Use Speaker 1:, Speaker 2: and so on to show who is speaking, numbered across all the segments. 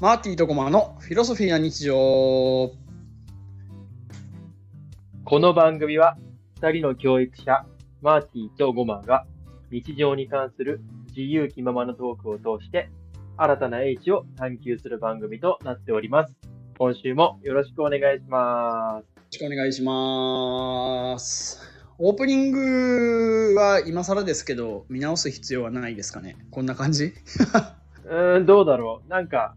Speaker 1: マーティーとコマのフィロソフィーな日常。
Speaker 2: この番組は2人の教育者マーティとゴマが日常に関する自由気ままなトークを通して新たな英知を探求する番組となっております。今週もよろしくお願いしま
Speaker 1: よ
Speaker 2: す。
Speaker 1: ろしくお願いします。オープニングは今更ですけど、見直す必要はないですかね。こんな感じ
Speaker 2: うーん、どうだろう。なんか、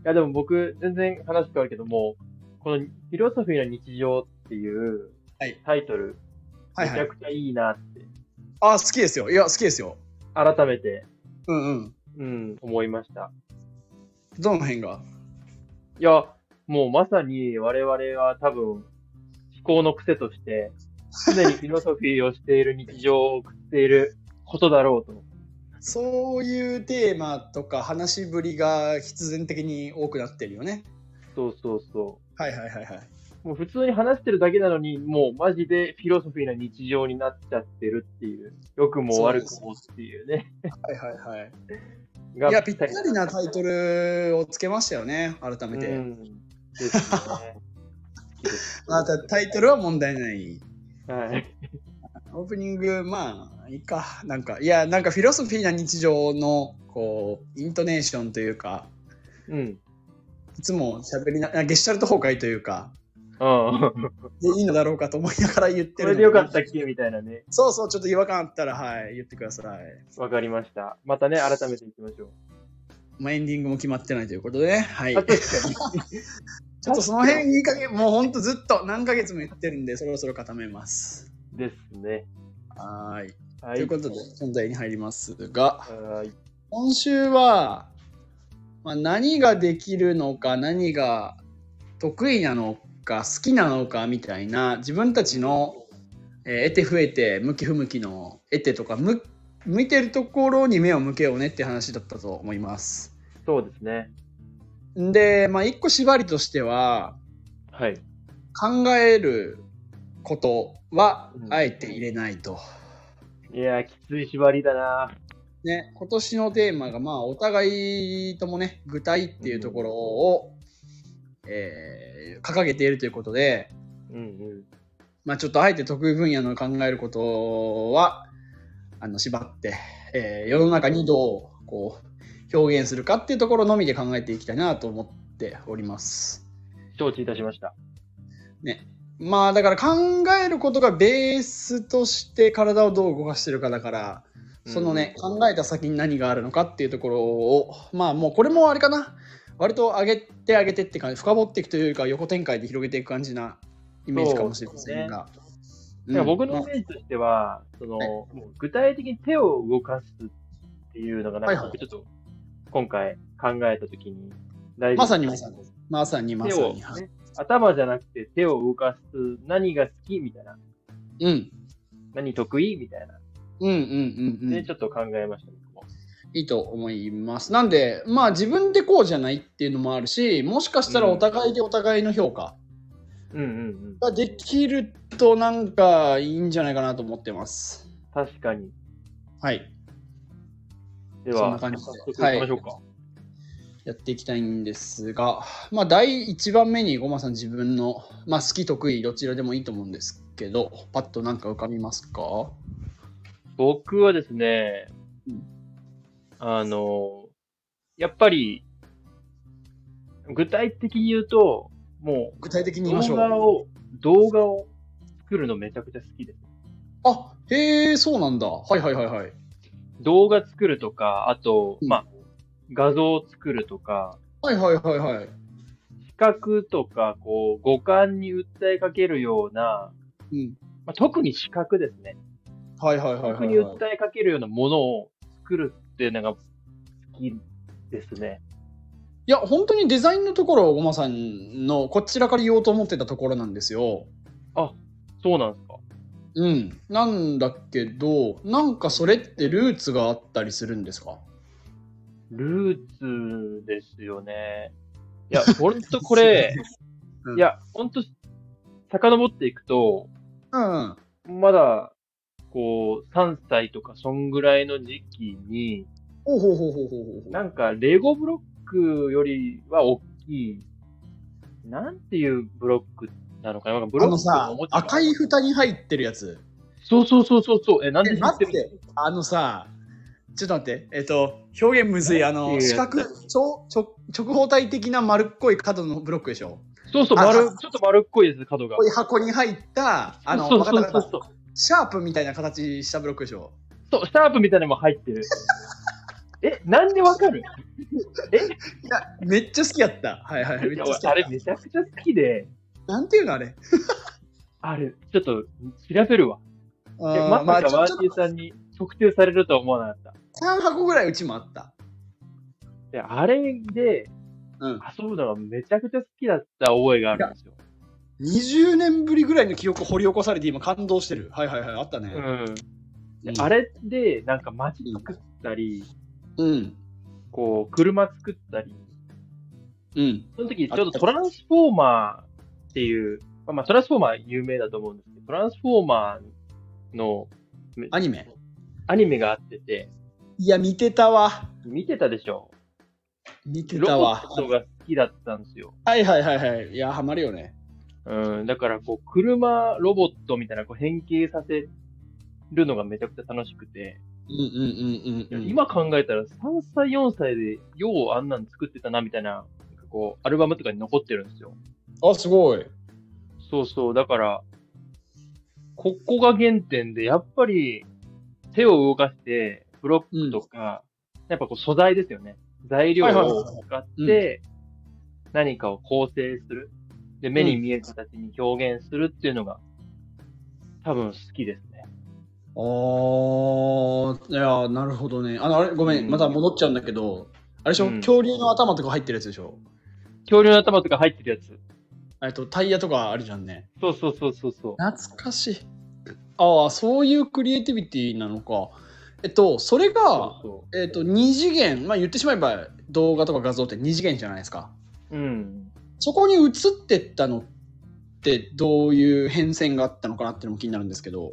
Speaker 2: いやでも僕、全然話変わるけども、このフィロソフィーの日常っていう
Speaker 1: はい
Speaker 2: タイトル、
Speaker 1: は
Speaker 2: め
Speaker 1: い
Speaker 2: ち
Speaker 1: は
Speaker 2: ゃ
Speaker 1: い。
Speaker 2: くちゃいいなって、
Speaker 1: あ、好きですよ。いや、好きですよ。
Speaker 2: 改めて、
Speaker 1: うんうん。
Speaker 2: うん、思いました。
Speaker 1: どの辺が
Speaker 2: いや、もうまさに我々は多分、思考の癖として、常にフィロソフィーをしている日常を送っていることだろうと。
Speaker 1: そういうテーマとか話しぶりが必然的に多くなってるよね。
Speaker 2: そうそうそ
Speaker 1: はいはいはいはい。
Speaker 2: う。もう普通に話してるだけなのに、もうマジでフィロソフィーな日常になっちゃってるっていう、良くも悪くもっていうね。
Speaker 1: はいはいはい。
Speaker 2: が
Speaker 1: いや、ぴったりなタイトルをつけましたよね、改めて。
Speaker 2: うんですね 好きです
Speaker 1: またタイトルは問題ない。
Speaker 2: はい。
Speaker 1: オープニング、まあ、いいか。なんか、いや、なんかフィロソフィーな日常の、こう、イントネーションというか、
Speaker 2: うん。
Speaker 1: いつも喋りな、あゲシュタルト崩壊というか、
Speaker 2: うん。
Speaker 1: でいいのだろうかと思いながら言って
Speaker 2: こ
Speaker 1: るの
Speaker 2: れでよかったっけみたいなね。
Speaker 1: そうそう、ちょっと違和感あったら、はい、言ってください。
Speaker 2: わかりました。またね、改めていきましょう。
Speaker 1: まあ、エンディングも決まってないということでね、 はい。
Speaker 2: あ
Speaker 1: ち
Speaker 2: 確かに。
Speaker 1: ょっとその辺、いい加減、もうほんとずっと何ヶ月も言ってるんで、そろそろ固めます。
Speaker 2: ですね。
Speaker 1: はーい。
Speaker 2: は
Speaker 1: ということで、本題に入りますが、
Speaker 2: はい。
Speaker 1: 今週は、まあ、何ができるのか何が得意なのか好きなのかみたいな自分たちの、えー得て増えて向き不向きの得てとか向向いてるところに目を向けようねって話だったと思います。
Speaker 2: そうですね。
Speaker 1: んで、まあ、一個縛りとしては
Speaker 2: はい。
Speaker 1: 考えることは
Speaker 2: うん
Speaker 1: あえて入れないと。
Speaker 2: いやー、きつい縛りだな。
Speaker 1: ね、今年のテーマが、まあ、お互いともね、具体っていうところを、えー掲げているということで、
Speaker 2: うん
Speaker 1: まあ、ちょっとあえて得意分野の考えることは、あの、縛って、えー世の中にどう、こう、表現するかっていうところのみで考えていきたいなと思っております。
Speaker 2: うん。承知いたしました。
Speaker 1: まあ、だから考えることがベースとして体をどう動かしてるかだから、そのね、
Speaker 2: うん
Speaker 1: 考えた先に何があるのかっていうところをまあもうこれもあれかな割と上げて上げてって感じ深掘っていくというか横展開で広げていく感じなイメージかもしれませんが、
Speaker 2: だから僕
Speaker 1: うん
Speaker 2: のイメージとしては、その、
Speaker 1: はい
Speaker 2: もう具体的に手を動かすっていうのが、な
Speaker 1: は
Speaker 2: んか
Speaker 1: いはい
Speaker 2: 僕ちょっと、今回考えたときに大事
Speaker 1: まさにまさにまさにま
Speaker 2: 手
Speaker 1: さ
Speaker 2: を、
Speaker 1: に、はい
Speaker 2: ね、頭じゃなくて手を動かす、何が好きみたいな、
Speaker 1: うん
Speaker 2: 何得意みたいな、
Speaker 1: うんうんうんうん、
Speaker 2: ね、ちょっと考えました、僕も。
Speaker 1: いいと思いますなんでまあ自分でこうじゃないっていうのもあるしもしかしたらお互いでお互いの評価
Speaker 2: うんうんうん。
Speaker 1: ができるとなんかいいんじゃないかなと思ってます
Speaker 2: 確かに。
Speaker 1: はい
Speaker 2: で
Speaker 1: そんな
Speaker 2: は、
Speaker 1: 感じで
Speaker 2: 早速行きましょうか。
Speaker 1: やっていきたいんですが、まあ、第1番目にごまさん自分の、まあ、好き得意どちらでもいいと思うんですけどパッとなんか浮かびますか
Speaker 2: 僕はですね
Speaker 1: うん、
Speaker 2: あの、やっぱり、具体的に言うと、も
Speaker 1: 具体的
Speaker 2: う、
Speaker 1: に言いまし
Speaker 2: 動
Speaker 1: ょ
Speaker 2: 画
Speaker 1: う
Speaker 2: を、動画を作るのめちゃくちゃ好きです。
Speaker 1: あへえそうなんだはいはいはいはい
Speaker 2: 動画作るとか、あと、
Speaker 1: うん
Speaker 2: まあ、画像を作るとか、
Speaker 1: はいはいはいはい
Speaker 2: 比較とか、こう、五感に訴えかけるような、
Speaker 1: うん
Speaker 2: まあ、特に視覚ですね。
Speaker 1: はいはいはいは
Speaker 2: 特
Speaker 1: い
Speaker 2: に
Speaker 1: はい
Speaker 2: 訴えかけるようなものを作るっていうのが好きですね。
Speaker 1: いや本当にデザインのところをごまさんのこちらから言おうと思ってたところなんですよ
Speaker 2: そうなんですか
Speaker 1: うんなんだけどなんかそれってルーツがあったりするんですか
Speaker 2: ルーツですよ ね。いや、ほんとこれ
Speaker 1: う、ん
Speaker 2: いや、ほんと、遡っていくと、
Speaker 1: うん
Speaker 2: まだ、こう、3歳とか、そんぐらいの時期に、
Speaker 1: ほうほうほうほうほうほうほう
Speaker 2: なんか、レゴブロックよりは大きい。なんていうブロックなのかななんかブ
Speaker 1: あ
Speaker 2: ロック
Speaker 1: のさ
Speaker 2: 思っ、ちゃう
Speaker 1: 赤い蓋に入ってるやつ。
Speaker 2: そうそうそうそうそう。え、なんで
Speaker 1: え
Speaker 2: 知
Speaker 1: 待
Speaker 2: って
Speaker 1: って、
Speaker 2: る
Speaker 1: あのさ、ちょっと待って、えっと、表現むずい、あ
Speaker 2: いい
Speaker 1: の、
Speaker 2: や
Speaker 1: 四角、直直直方体的な丸っこい角のブロックでしょ。
Speaker 2: そうそう、
Speaker 1: あ
Speaker 2: 丸、ちょっと丸っこいです、角が
Speaker 1: こう。いう箱に入った、あの、
Speaker 2: そう
Speaker 1: わ
Speaker 2: そ
Speaker 1: か
Speaker 2: う
Speaker 1: っ
Speaker 2: そ
Speaker 1: た
Speaker 2: う
Speaker 1: わ
Speaker 2: そ
Speaker 1: か
Speaker 2: う
Speaker 1: った。シャープみたいな形したブロックでしょ。
Speaker 2: そう、シャープみたいなのも入ってる。え、なんでわかる
Speaker 1: いや、めっちゃ好きやった。はいはい、めっ
Speaker 2: い
Speaker 1: ち
Speaker 2: や
Speaker 1: ゃ好きや
Speaker 2: あ
Speaker 1: っ
Speaker 2: れめちゃくちゃ好きで、
Speaker 1: た。なんていうのあれ。
Speaker 2: あれ、ちょっと調べるわ。
Speaker 1: う
Speaker 2: い
Speaker 1: ん
Speaker 2: やまさ
Speaker 1: ち
Speaker 2: か
Speaker 1: ょ
Speaker 2: マ
Speaker 1: ちょ
Speaker 2: ー
Speaker 1: っ
Speaker 2: ティさんに特定されるとは思わなかった。
Speaker 1: と3箱ぐらいうちもあった。
Speaker 2: で、あれで
Speaker 1: うん。
Speaker 2: 遊ぶのがめちゃくちゃ好きだった覚えがあるんですよ。
Speaker 1: 20年ぶりぐらいの記憶を掘り起こされて今感動してる。はいはいはい、あったね。
Speaker 2: うん。で
Speaker 1: うん
Speaker 2: あれで、なんか街作ったり、
Speaker 1: うん。
Speaker 2: こう、車作ったり、
Speaker 1: うん。
Speaker 2: その時、ちょっとトランスフォーマーっていう、まあ、まあトランスフォーマー有名だと思うんですけど、トランスフォーマーの
Speaker 1: アニメ
Speaker 2: アニメがあってて、
Speaker 1: いや、見てたわ。
Speaker 2: 見てたでしょ
Speaker 1: 見て
Speaker 2: ロ
Speaker 1: た
Speaker 2: ボ
Speaker 1: わ。
Speaker 2: ットが好きだったんですよ。
Speaker 1: はいはいはいはい。いや、ハマるよね。
Speaker 2: うん、だから、こう、車、ロボットみたいな、こう、変形させるのがめちゃくちゃ楽しくて、
Speaker 1: うんうんうんうんうん。
Speaker 2: 今考えたら3歳、4歳で、ようあんなん作ってたな、みたいな、なんかこう、アルバムとかに残ってるんですよ。
Speaker 1: あ、すごい。
Speaker 2: そうそう、だから、ここが原点で、やっぱり手を動かして、ブロックとか、やっぱこう素材ですよね。材料
Speaker 1: はいはいはい
Speaker 2: を
Speaker 1: はい
Speaker 2: 使って、何かを構成する。で、目に見える形に表現するっていうのが、多分好きですね。
Speaker 1: あー、いや、なるほどね。あの、あれ、ごめ、
Speaker 2: うんん
Speaker 1: また戻っちゃうんだけど、あれでしょ、
Speaker 2: うん
Speaker 1: 恐竜の頭とか入ってるやつでしょ
Speaker 2: 恐竜の頭とか入ってるやつ。
Speaker 1: えっと、タイヤとかあるじゃんね。
Speaker 2: そうそうそうそうそう。
Speaker 1: 懐かしい。ああ、そういうクリエイティビティなのか。えっと、それが、
Speaker 2: そ
Speaker 1: えっと、2次元、まあ言ってしまえば動画とか画像って2次元じゃないですか。
Speaker 2: う。うん。
Speaker 1: そこに移ってったのってどういう変遷があったのかなっていうのも気になるんですけど。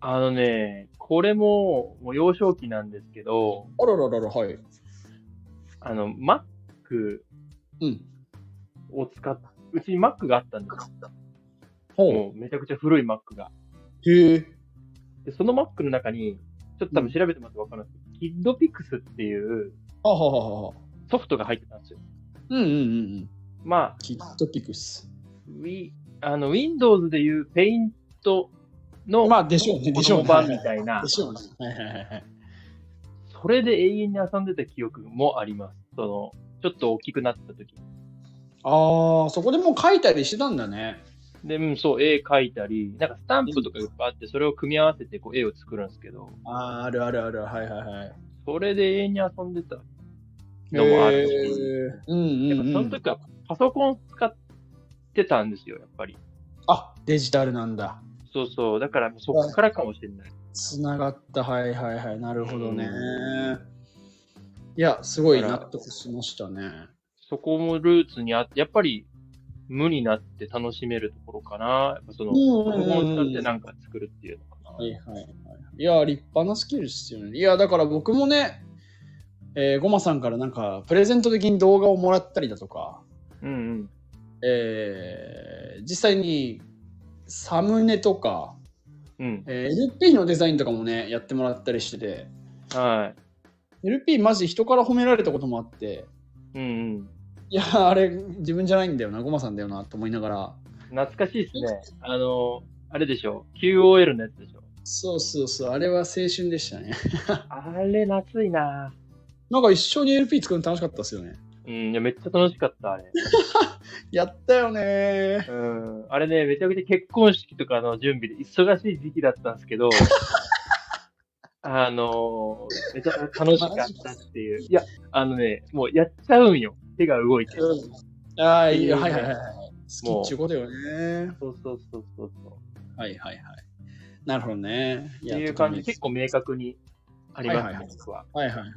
Speaker 2: あのね、これも、もう幼少期なんですけど、
Speaker 1: あらららら、はい。
Speaker 2: あの、Mac
Speaker 1: うん。
Speaker 2: を使っ、うちに Mac があったんですよ。
Speaker 1: ほ
Speaker 2: もうめちゃくちゃ古い Mac が。
Speaker 1: う。へえ。
Speaker 2: で、その Mac の中に、ちょっと多分調べてもらってわかるんないですけど、キッドピクスっていう
Speaker 1: はははは。
Speaker 2: ソフトが入ってたんですよ。
Speaker 1: うんうんうんうん。
Speaker 2: まあ、
Speaker 1: キットピクス。
Speaker 2: Wi- あの Windows でいう Paint の
Speaker 1: まあでしょうね、で
Speaker 2: 子
Speaker 1: しょう
Speaker 2: 供
Speaker 1: ね。
Speaker 2: 版みたいな
Speaker 1: で、しょうね。はいはいはいはい。
Speaker 2: それで永遠に遊んでた記憶もあります。その、ちょっと大きくなった時。
Speaker 1: ああ、そこでもう書いたりしてたんだね。
Speaker 2: で、うん、そう、絵描いたり、なんかスタンプとかいっぱいあって、それを組み合わせてこう絵を作るんですけど、
Speaker 1: あーあるあるある、はいはいはい。
Speaker 2: それで永遠に遊んでたのもあるし、
Speaker 1: へーうん
Speaker 2: や
Speaker 1: う
Speaker 2: っぱ
Speaker 1: ん、うん、
Speaker 2: その時はパソコン使ってたんですよ、やっぱり。
Speaker 1: あデジタルなんだ。
Speaker 2: そうそう。だからもうそこからかもしれない。
Speaker 1: つながった、はいはいはい。なるほどね
Speaker 2: う。
Speaker 1: いや、すごい納得しましたね。
Speaker 2: そこもルーツにあって、やっぱり無になって楽しめるところかな。やっぱその、
Speaker 1: うん
Speaker 2: パソコンを使ってなんか作るっていうのかな。
Speaker 1: はいはいはい。いや、立派なスキルですよね。いや、だから僕もね、えー、ごまさんからなんか、プレゼント的に動画をもらったりだとか、
Speaker 2: うんうん。
Speaker 1: えー実際にサムネとか、
Speaker 2: うん。
Speaker 1: えー LP のデザインとかもね、やってもらったりしてて、
Speaker 2: は
Speaker 1: LP マジ人から褒められたこともあって、
Speaker 2: い。うんうん。
Speaker 1: いや、あれ、自分じゃないんだよな、ごまさんだよな、と思いながら、
Speaker 2: 懐かしいですね。あの、あれでしょ。QOL のやつでしょ。
Speaker 1: そうそうそう、あれは青春でしたね。
Speaker 2: あれ、夏いな
Speaker 1: なんか一緒に LP 作るの楽しかったですよね。
Speaker 2: うん、いや、めっちゃ楽しかった、あれ。
Speaker 1: やったよね
Speaker 2: うん。あれね、めちゃくちゃ結婚式とかの準備で忙しい時期だったんですけ ど、あのーめちゃくちゃ楽しかったっていう。いや、あのね、もうやっちゃうんよ。手が動いて。そう
Speaker 1: うん、ああ、いいよ、はいはいはい。好きっちゅうことよね。
Speaker 2: そうそうそうそう。
Speaker 1: はいはいはい。なるほどね。
Speaker 2: っ
Speaker 1: い
Speaker 2: て
Speaker 1: や
Speaker 2: いう感じ、結
Speaker 1: と
Speaker 2: 構明確にありますね、
Speaker 1: はいはいはい
Speaker 2: 僕は。
Speaker 1: てもいいですはいはいはいはい。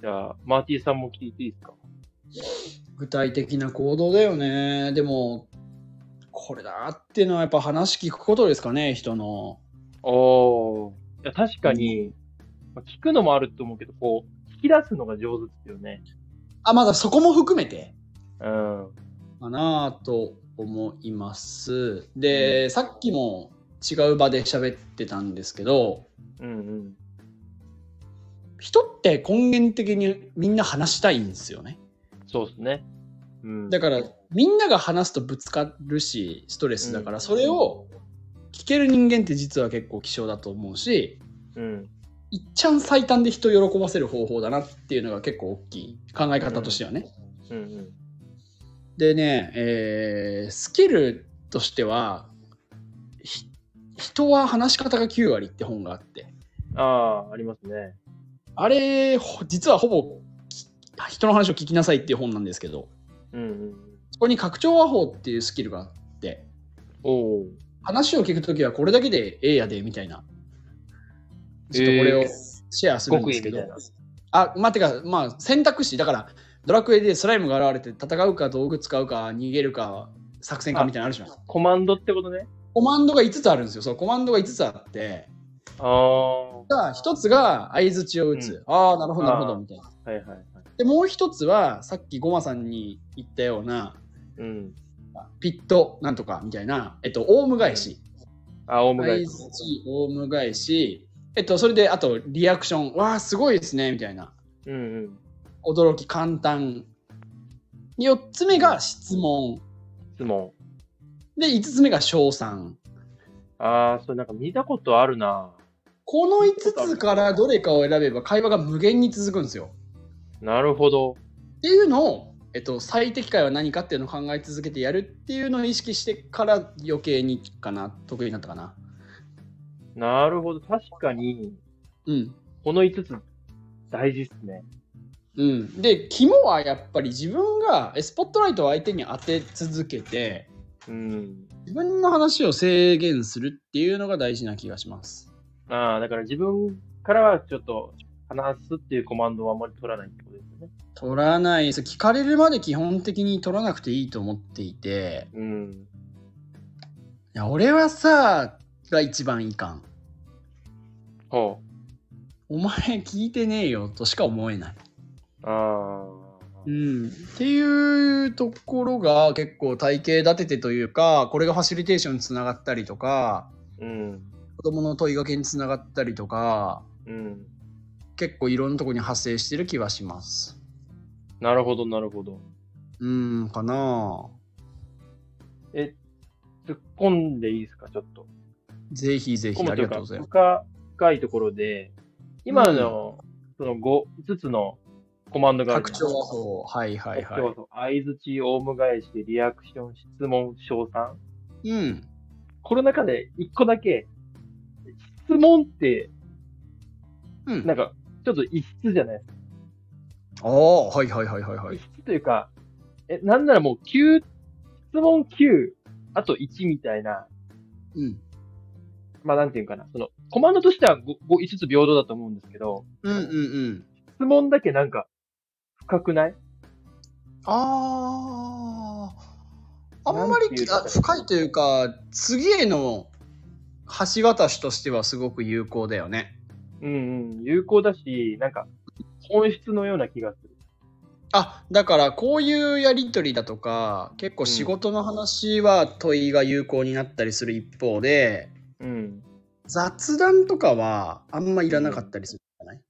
Speaker 2: じゃあ、マーティーさんも聞いていいですか
Speaker 1: 具体的な行動だよね。でも、これだっていうのはやっぱ話聞くことですかね、人の。
Speaker 2: おお。いや、確かに、まあ聞くのもあると思うけど、こう、引き出すのが上手ですよね。
Speaker 1: あ、まだそこも含めて
Speaker 2: うん。
Speaker 1: かなと思います。で、さっきも違う場で喋ってたんですけど、
Speaker 2: うん
Speaker 1: 人って根源的にみんな話したいんですよね。
Speaker 2: うん。そうですね。うん。
Speaker 1: だからみんなが話すとぶつかるしストレスだから、それを聞ける人間って実は結構希少だと思うし
Speaker 2: うん。
Speaker 1: いっちゃん最短で人を喜ばせる方法だなっていうのが結構大きい考え方としてはね。
Speaker 2: うんうん。
Speaker 1: でね、えースキルとしてはひ人は話し方が9割って本があって
Speaker 2: ああ、ありますね。
Speaker 1: あれほ実はほぼき人の話を聞きなさいっていう本なんですけど
Speaker 2: うんうん。
Speaker 1: そこに拡張話法っていうスキルがあって
Speaker 2: おおー。
Speaker 1: 話を聞くときはこれだけでええやでみたいな。ちょっとこれをシェアするんですけど。
Speaker 2: えー極意み
Speaker 1: あ、まあ、てか、まあ、選択肢、だから、ドラクエでスライムが現れて戦うか、道具使うか、逃げるか、作戦かみたいなのあるじゃん。
Speaker 2: コマンドってことね。
Speaker 1: コマンドが5つあるんですよ。そのコマンドが5つあって、
Speaker 2: ああ。は
Speaker 1: が1つが相づちを打つ。ああ、なるほど、なるほど、
Speaker 2: あー
Speaker 1: みたいな。
Speaker 2: いはいはい。
Speaker 1: で、もう1つは、さっきゴマさんに言ったような、
Speaker 2: うん。
Speaker 1: ピットなんとかみたいな、えっと、オウム返し。
Speaker 2: あ、オウム
Speaker 1: 相
Speaker 2: 返し。
Speaker 1: づち、オウム返し、えっと、それで、あと、リアクション、わあ、すごいですね、みたいな。
Speaker 2: うんうん。
Speaker 1: 驚き、簡単。4つ目が質問。
Speaker 2: 質問。
Speaker 1: で、5つ目が賞賛。
Speaker 2: ああ、それなんか見たことあるな。
Speaker 1: この5つからどれかを選べば会話が無限に続くんですよ。
Speaker 2: なるほど。
Speaker 1: っていうのを、えっと、最適解は何かっていうのを考え続けてやるっていうのを意識してから余計にかな、得意になったかな。
Speaker 2: なるほど。確かに、
Speaker 1: うん。
Speaker 2: この5つ、大事っすね。
Speaker 1: うん、で肝はやっぱり自分がえスポットライトを相手に当て続けて
Speaker 2: うん。
Speaker 1: 自分の話を制限するっていうのが大事な気がします。
Speaker 2: ああ、だから自分からはちょっと、話すっていうコマンドはあんまり取らないってことですよね。
Speaker 1: 取らないです聞かれるまで基本的に取らなくていいと思っていて
Speaker 2: うん。
Speaker 1: いや俺はさが一番いかん
Speaker 2: ほ
Speaker 1: お前聞いてねえよとしか思えない、
Speaker 2: う。ああ。
Speaker 1: うん、っていうところが結構体系立ててというかこれがファシリテーションにつながったりとか
Speaker 2: うん。
Speaker 1: 子供の問いかけにつながったりとか
Speaker 2: うん。
Speaker 1: 結構いろんなところに派生してる気はします。
Speaker 2: なるほど、なるほど。
Speaker 1: うん、かなあ
Speaker 2: え、突っ込んでいいですか、ちょっと。
Speaker 1: ぜひぜ
Speaker 2: 突っ込
Speaker 1: ひ
Speaker 2: む
Speaker 1: あり
Speaker 2: とい
Speaker 1: が
Speaker 2: う
Speaker 1: と
Speaker 2: か
Speaker 1: うございます。
Speaker 2: 深深いところで、今の、その 5, 5つのコマンドがある
Speaker 1: 拡
Speaker 2: じゃん
Speaker 1: 張はそう。はいはい
Speaker 2: 拡張
Speaker 1: は
Speaker 2: はそう相づち、オウム返し、リアクション、質問、称賛。
Speaker 1: い。うん。
Speaker 2: この中で1個だけ、質問って、
Speaker 1: うん
Speaker 2: なんか、ちょっと異質じゃないですか。
Speaker 1: ああ、はいはいはいはいは
Speaker 2: 異
Speaker 1: い。
Speaker 2: 質というか、え、なんならもう9、質問9、あと1みたいな、
Speaker 1: うん。
Speaker 2: まあなんていうかな、その、コマンドとしては 5, 5 5つ平等だと思うんですけど、
Speaker 1: うんうんうん。
Speaker 2: 質問だけなんか、深くない
Speaker 1: ああ。あんま
Speaker 2: なんてい
Speaker 1: り
Speaker 2: うか
Speaker 1: あ深いというか、次への橋渡しとしてはすごく有効だよね。
Speaker 2: うんうん、有効だし、なんか、本質のような気がする。
Speaker 1: あだからこういうやり取りだとか結構仕事の話は問いが有効になったりする一方で、
Speaker 2: うん。
Speaker 1: 雑談とかはあんまいらなかったりするじゃない、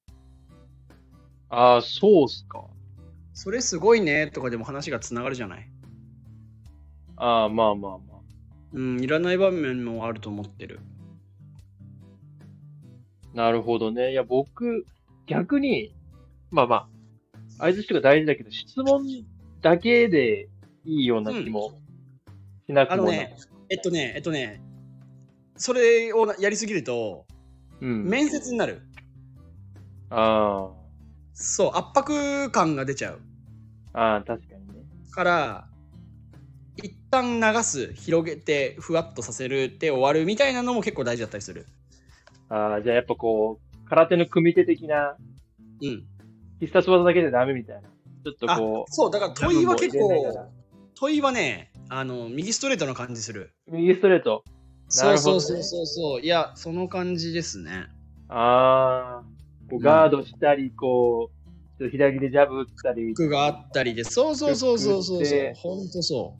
Speaker 2: ああ、そうっすか。
Speaker 1: それすごいねとかでも話がつながるじゃない
Speaker 2: ああ、まあまあまあ。
Speaker 1: うんいらない場面もあると思ってる
Speaker 2: なるほどね。いや、僕、逆に、まあまあ、相づちとか大事だけど、質問だけでいいような気もしな
Speaker 1: あ
Speaker 2: く
Speaker 1: の
Speaker 2: もない。
Speaker 1: ねえっとねえっとねそれをやりすぎると
Speaker 2: うん。
Speaker 1: 面接になる
Speaker 2: あ
Speaker 1: そう圧迫感が出ちゃう
Speaker 2: あ、ああ、確かにね。
Speaker 1: から一旦流す広げてふわっとさせるで終わるみたいなのも結構大事だったりする
Speaker 2: ああ、じゃあやっぱこう、空手の組手的な
Speaker 1: うん
Speaker 2: 必殺技だけじゃダメみたいな。ちょっと
Speaker 1: あ
Speaker 2: こう、
Speaker 1: そうだから問いは結
Speaker 2: ジャブも入れなが
Speaker 1: 構
Speaker 2: ら
Speaker 1: 問いはねあの右ストレートな感じする
Speaker 2: 右ストレート。なるほど
Speaker 1: そうそうそうそう。いや、その感じですね。
Speaker 2: ああ、こうガードしたり、こう、ちょっと左でジャブ打ったり、
Speaker 1: 服があったりで、そうそうそうそうそうそ
Speaker 2: 服って
Speaker 1: う、ほんとそ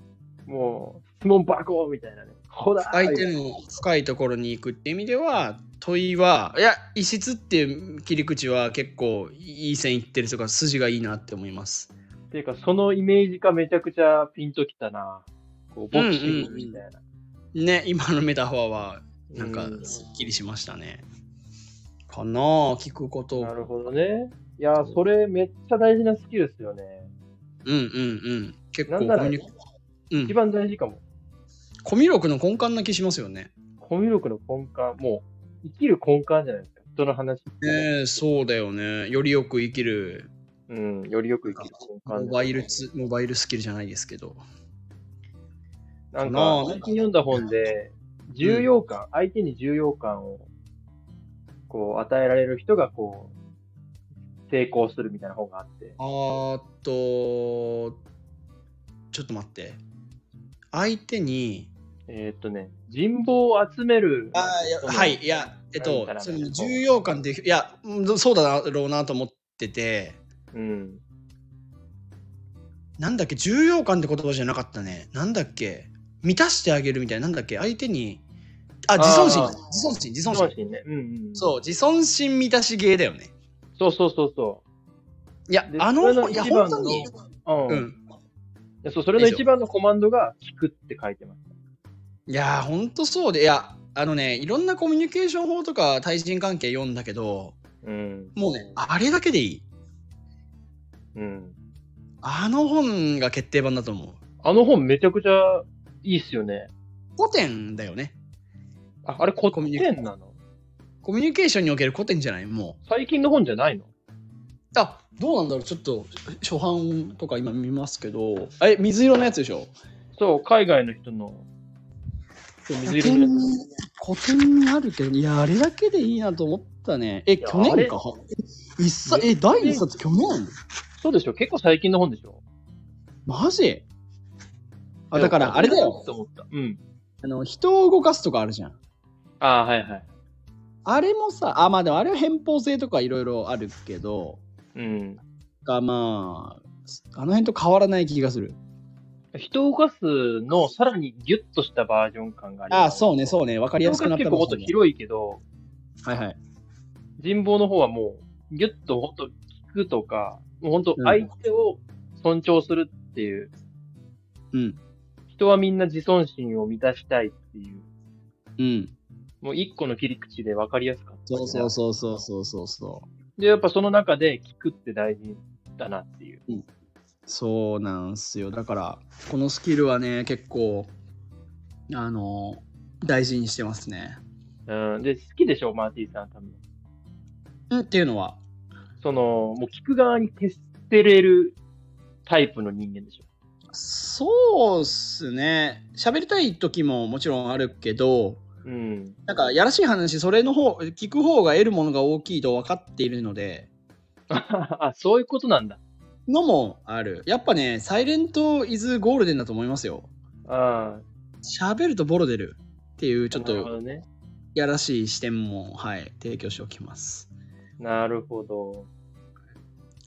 Speaker 1: う。
Speaker 2: もう質問箱みたいなね。ほら
Speaker 1: 相手の深いところに行くって意味では、問いは、いや、異質っていう切り口は結構いい線いってるとか、筋がいいなって思います。
Speaker 2: っていうか、そのイメージがめちゃくちゃピンときたな。こうボクシングみたいな。
Speaker 1: ね、今のメタファーは、なんか
Speaker 2: う、
Speaker 1: すっきりしましたね。かなあ聞くこと。うん
Speaker 2: なるほどね。いやー、それめっちゃ大事なスキルですよね。
Speaker 1: うんうん。結構
Speaker 2: な
Speaker 1: コ
Speaker 2: ん
Speaker 1: ミ
Speaker 2: なら
Speaker 1: ュニ、う
Speaker 2: 一
Speaker 1: ん、
Speaker 2: 番大事かも。
Speaker 1: コミュ力の根幹な気しますよね。
Speaker 2: コミュ力の根幹、もう生きる根幹じゃないですか。人の話って。
Speaker 1: ねえ、そうだよね。よりよく生きる
Speaker 2: うん、よりよく生きる根
Speaker 1: モ
Speaker 2: 幹。
Speaker 1: バイルツ、モバイルスキルじゃないですけど。
Speaker 2: なん
Speaker 1: な
Speaker 2: か
Speaker 1: あ、
Speaker 2: 最近読んだ本で、重要感、相手に重要感を、こう、与えられる人が、こう、成功するみたいな本があって。
Speaker 1: あーっと、ちょっと待って。相手に、
Speaker 2: えーっとね、人望を集める。その
Speaker 1: はい、いや、えっと
Speaker 2: なんたら、
Speaker 1: そ
Speaker 2: ね
Speaker 1: の重要感で、いや、うんそうだろうなと思ってて、
Speaker 2: うん。
Speaker 1: なんだっけ、重要感って言葉じゃなかったね。なんだっけ、満たしてあげるみたいな、なんだっけ、相手に、あ、自尊心
Speaker 2: あー、
Speaker 1: 自尊心、自尊
Speaker 2: 本
Speaker 1: 心。
Speaker 2: 心ね。うんうん。
Speaker 1: そう、自尊心満たし芸だよね。
Speaker 2: そうそうそうそ
Speaker 1: いや
Speaker 2: で、
Speaker 1: あ
Speaker 2: そ
Speaker 1: の
Speaker 2: れの
Speaker 1: 本、いや、
Speaker 2: 一番
Speaker 1: 本当に、
Speaker 2: う。うん。
Speaker 1: うん、
Speaker 2: いやそうそれの一番のコマンドが、聞くって書いてます。
Speaker 1: いやー、ほんとそうで、いや、あのね、いろんなコミュニケーション法とか対人関係読んだけど、
Speaker 2: うん。
Speaker 1: もうね、あれだけでいい。
Speaker 2: うん。
Speaker 1: あの本が決定版だと思う。
Speaker 2: あの本めちゃくちゃいいっすよね。
Speaker 1: 古典だよね。
Speaker 2: ああれ、古
Speaker 1: コミュニケーショ
Speaker 2: 典
Speaker 1: ン
Speaker 2: なの
Speaker 1: コミュニケーションにおける古典じゃないも
Speaker 2: 最近の本じゃないの
Speaker 1: う。あ、どうなんだろうちょっと、初版とか今見ますけど、え、水色のやつでしょ
Speaker 2: そう、海外の人の。そう水色のやつ。
Speaker 1: 古典にあるけど、いや、あれだけでいいなと思ったね。え、
Speaker 2: や
Speaker 1: 去年か
Speaker 2: あ
Speaker 1: え一冊、え、第一冊去年
Speaker 2: そうでしょ結構最近の本でしょ
Speaker 1: マジあ、だから、あれだよ。
Speaker 2: と思った。うん。
Speaker 1: あの、人を動かすとかあるじゃん。
Speaker 2: ああ、はいはい。
Speaker 1: あれもさ、あ、まあでもあれは偏方性とかいろいろあるけど、
Speaker 2: うん。
Speaker 1: がまあ、あの辺と変わらない気がする。
Speaker 2: 人を動かすのさらにギュッとしたバージョン感があり
Speaker 1: あそうね、
Speaker 2: う。
Speaker 1: そうね、わかり
Speaker 2: 人
Speaker 1: や
Speaker 2: を動
Speaker 1: す
Speaker 2: か
Speaker 1: くな
Speaker 2: す
Speaker 1: ったか
Speaker 2: 結構も
Speaker 1: も
Speaker 2: っ
Speaker 1: し
Speaker 2: と
Speaker 1: れない
Speaker 2: 広いけど、
Speaker 1: はいはい。
Speaker 2: 人望の方はもう、ギュッとほんと聞くとか、もうほんと相手を尊重するっていう、
Speaker 1: うん。
Speaker 2: 人はみんな自尊心を満たしたいっていう、
Speaker 1: うん。
Speaker 2: もう一個の切り口で分かりやすかった、
Speaker 1: そうそうそうそうそうそうそう。
Speaker 2: う。で、やっぱその中で聞くって大事だなっていう。
Speaker 1: そうなんすよ。だから、このスキルはね、結構、あの、大事にしてますね。
Speaker 2: うん。で、好きでしょ、マーティーさん多分。
Speaker 1: うん、っていうのは、
Speaker 2: その、もう聞く側に徹してれるタイプの人間でしょ。
Speaker 1: そうっすね。喋りたい時ももちろんあるけど、
Speaker 2: うん。
Speaker 1: なんかやらしい話、それの方、聞く方が得るものが大きいと分かっているので、
Speaker 2: あ、そういうことなんだ。
Speaker 1: のもある。やっぱね、サイレントイズゴールデンだと思いますよ。
Speaker 2: ああ、
Speaker 1: 喋るとボロ出るっていう、ちょっ
Speaker 2: なるほ
Speaker 1: と
Speaker 2: どね。
Speaker 1: やらしい視点も、はい、提供しておきます。
Speaker 2: なるほど。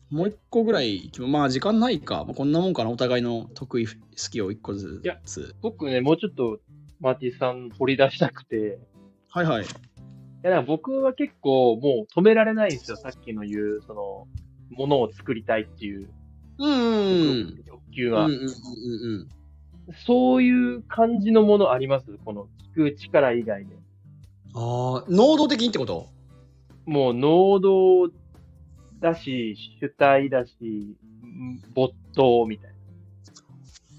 Speaker 1: もう一個ぐらい行きま、まあ時間ないか。まあこんなもんかな、お互いの得意、好きを一個ず
Speaker 2: いや
Speaker 1: つ。
Speaker 2: 僕ね、もうちょっとマーティさん掘り出したくて、
Speaker 1: はいはい。
Speaker 2: いや、だから僕は結構もう止められないんですよ、さっきの言う、その、ものを作りたいっていう
Speaker 1: うんうんうん。
Speaker 2: 欲
Speaker 1: う
Speaker 2: 求
Speaker 1: んう
Speaker 2: は。
Speaker 1: んうんうん
Speaker 2: そういう感じのものありますこの聞く力以外で。
Speaker 1: ああ、能動的にってこと
Speaker 2: もう能動だし、主体だし、ん没頭みたいな。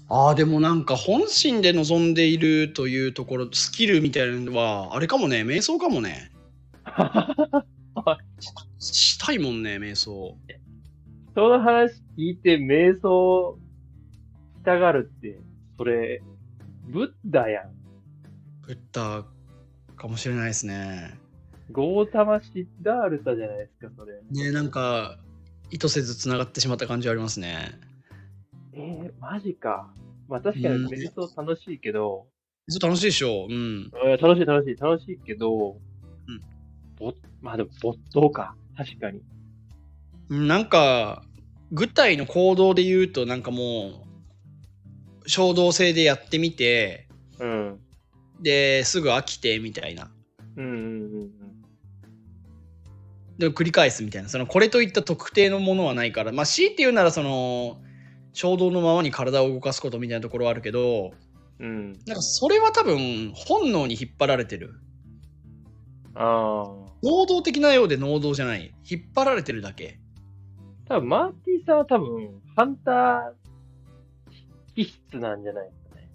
Speaker 1: ああでもなんか本心で望んでいるというところスキルみたいなのはあれかもね瞑想かもねししたいもんね瞑想
Speaker 2: その話聞いて瞑想したがるって、それ、ブッダやん。
Speaker 1: ブッダかもしれないですね
Speaker 2: ゴータマ・シッダールタじゃないですか、それ。
Speaker 1: ねなんか意図せずつながってしまった感じはありますね
Speaker 2: えー、マジか。まあ確かに瞑想楽しいけど、
Speaker 1: そう楽しいでしょうん
Speaker 2: うん楽しい楽しい楽しいけど、
Speaker 1: うん
Speaker 2: ぼまあでも没頭か。確かに。
Speaker 1: なんか具体の行動で言うとなんかもう衝動性でやってみて
Speaker 2: うん。
Speaker 1: ですぐ飽きてみたいな
Speaker 2: うんうんうん
Speaker 1: で繰り返すみたいなそのこれといった特定のものはないからまあ強いて言うならその衝動のままに体を動かすことみたいなところはあるけど
Speaker 2: うん。うん。
Speaker 1: なんかそれは多分本能に引っ張られてる
Speaker 2: ああ。
Speaker 1: 能動的なようで能動じゃない引っ張られてるだけ
Speaker 2: 多分、マーティさんは多分、ハンター気質なんじゃないですかね。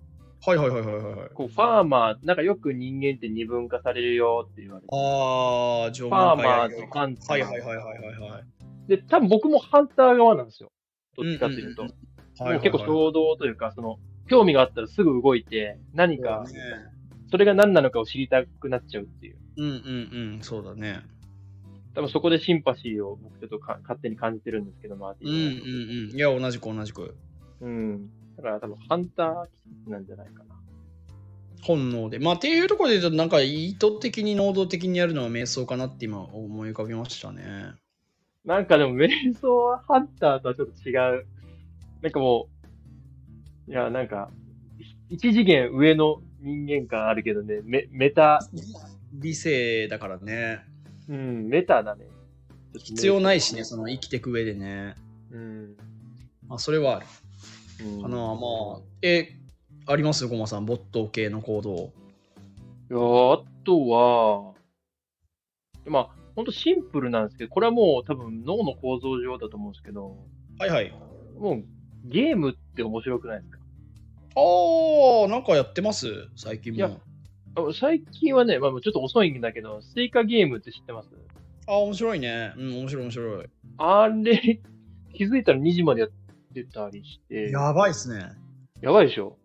Speaker 1: はいはいはいはいはいはい
Speaker 2: こう、ファーマー、なんかよく人間って二分化されるよって言われて。
Speaker 1: ああ縄
Speaker 2: ファー
Speaker 1: 文
Speaker 2: マ
Speaker 1: 海
Speaker 2: ーと
Speaker 1: 外
Speaker 2: ハンター。
Speaker 1: はいはいはいはいはいはい
Speaker 2: で、多分僕もハンター側なんですよ。どっちかっていうと。
Speaker 1: うん
Speaker 2: もう結構
Speaker 1: う
Speaker 2: 衝動というか、その、興味があったらすぐ動いて、何か、
Speaker 1: ね
Speaker 2: それが何なのかを知りたくなっちゃうっていう。
Speaker 1: うんうんうんそうだね
Speaker 2: 多分そこでシンパシーを僕ちょっとか勝手に感じてるんですけど、マーテ
Speaker 1: うん
Speaker 2: ィ
Speaker 1: うん
Speaker 2: さんは。
Speaker 1: うんいや同じく同じく
Speaker 2: うん。だから多分ハンター気質なんじゃないかな。
Speaker 1: 本能でまあっていうところで言うとなんか意図的に能動的にやるのは瞑想かなって今思い浮かびましたね
Speaker 2: なんかでも瞑想はハンターとはちょっと違う。なんかもう、いや、なんか、一次元上の人間感あるけどね、メメタ、
Speaker 1: 理性だからね
Speaker 2: うん、メタだね。
Speaker 1: 必要ないしねその生きてく上でね
Speaker 2: うん。
Speaker 1: まあそれはある
Speaker 2: うん
Speaker 1: かな、まあえありますごまさん没頭系の行動
Speaker 2: いやー、あとは、まあ、ほんとシンプルなんですけど、これはもう多分脳の構造上だと思うんですけど、
Speaker 1: はいはい
Speaker 2: もうゲームって面白くないですか
Speaker 1: ああなんかやってます最近
Speaker 2: いや
Speaker 1: も
Speaker 2: あ最近はね、まあ、ちょっと遅いんだけど、スイカゲームって知ってます
Speaker 1: ああ面白いねうん面白い面白い
Speaker 2: あれ、 気づいたら2時までやってたりして、
Speaker 1: やばいっすね
Speaker 2: やばいでしょ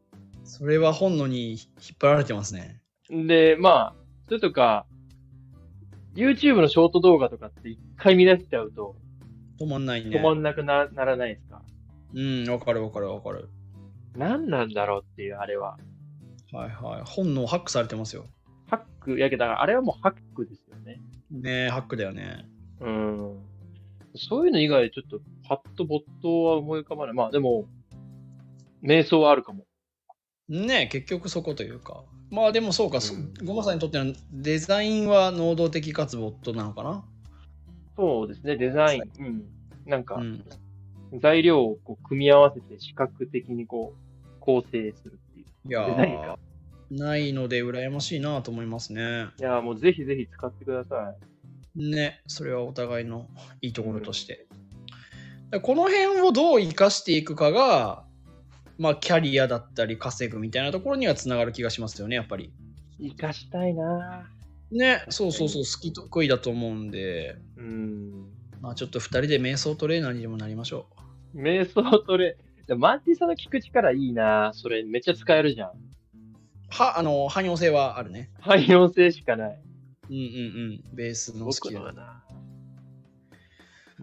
Speaker 1: それは本能に引っ張られてますね
Speaker 2: で、まあ、それとか、YouTube のショート動画とかって一回見出しちゃうと、
Speaker 1: 止まんないね
Speaker 2: 止まんなくなならないですか、
Speaker 1: うんわかるわかるわかる
Speaker 2: 何なんだろうっていう、あれは。
Speaker 1: はいはい本能ハックされてますよ
Speaker 2: ハック、やけど、あれはもうハックですよね。
Speaker 1: ねえハックだよね
Speaker 2: うん。そういうの以外でちょっと、パッと没頭は思い浮かばない。まあでも、瞑想はあるかも。
Speaker 1: ねえ結局そこというかまあでもそうか、そ
Speaker 2: うん
Speaker 1: ごまさんにとってのデザインは能動的かつボットなのかな
Speaker 2: そうですね、デザイン。うん。なんか
Speaker 1: う、ん
Speaker 2: 材料をこう組み合わせて視覚的にこう、構成するっていう。
Speaker 1: いや
Speaker 2: デザインか
Speaker 1: ーないので羨ましいなと思いますね
Speaker 2: いやー、もうぜひぜひ使ってくださ
Speaker 1: ねそれはお互いのいいところとして、だからこの辺をどう生かしていくかがまあキャリアだったり稼ぐみたいなところにはつながる気がしますよねやっぱり
Speaker 2: い。活かしたいな
Speaker 1: ねそうそうそう好き得意だと思うんで
Speaker 2: ーうん。
Speaker 1: まあちょっと2人で瞑想トレーナーにでもなりましょう
Speaker 2: 瞑想トレ、でもマーティさんの聞く力いいなーそれめっちゃ使えるじゃん。
Speaker 1: はあの汎用性はあるね
Speaker 2: 汎用性しかない。
Speaker 1: うんうんうんベースのスキル
Speaker 2: 僕のはな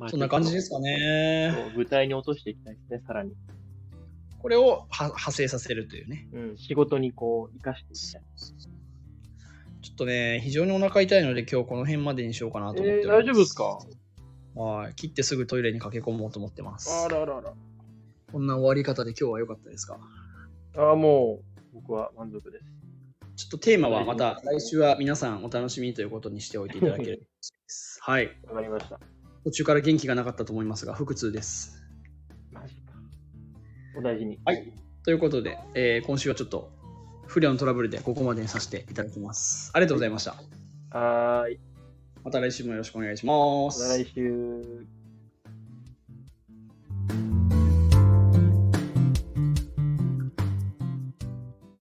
Speaker 1: そんな感じですかね
Speaker 2: そう具体に落としていきたいですね、さらに。
Speaker 1: これをは派生させるというね
Speaker 2: うん、仕事にこう、生かしていきたい。
Speaker 1: ちょっとね非常にお腹痛いので今日この辺までにしようかなと思っております、はい、切ってすぐトイレに駆け込もうと思ってます。
Speaker 2: らあらあら。
Speaker 1: こんな終わり方で今日は良かったですか
Speaker 2: ああ、もう、僕は満足です。
Speaker 1: ちょっとテーマはまた来週は皆さんお楽しみということにしておいていただければです。はい、
Speaker 2: わかりました。
Speaker 1: 途中から元気がなかったと思いますが、腹痛です。
Speaker 2: マジか。お大事に。
Speaker 1: はい。ということで、えー今週はちょっと不良のトラブルでここまでにさせていただきます。ありがとうございました。
Speaker 2: はーい。
Speaker 1: また来週もよろしくお願いしま。
Speaker 2: ますた来週。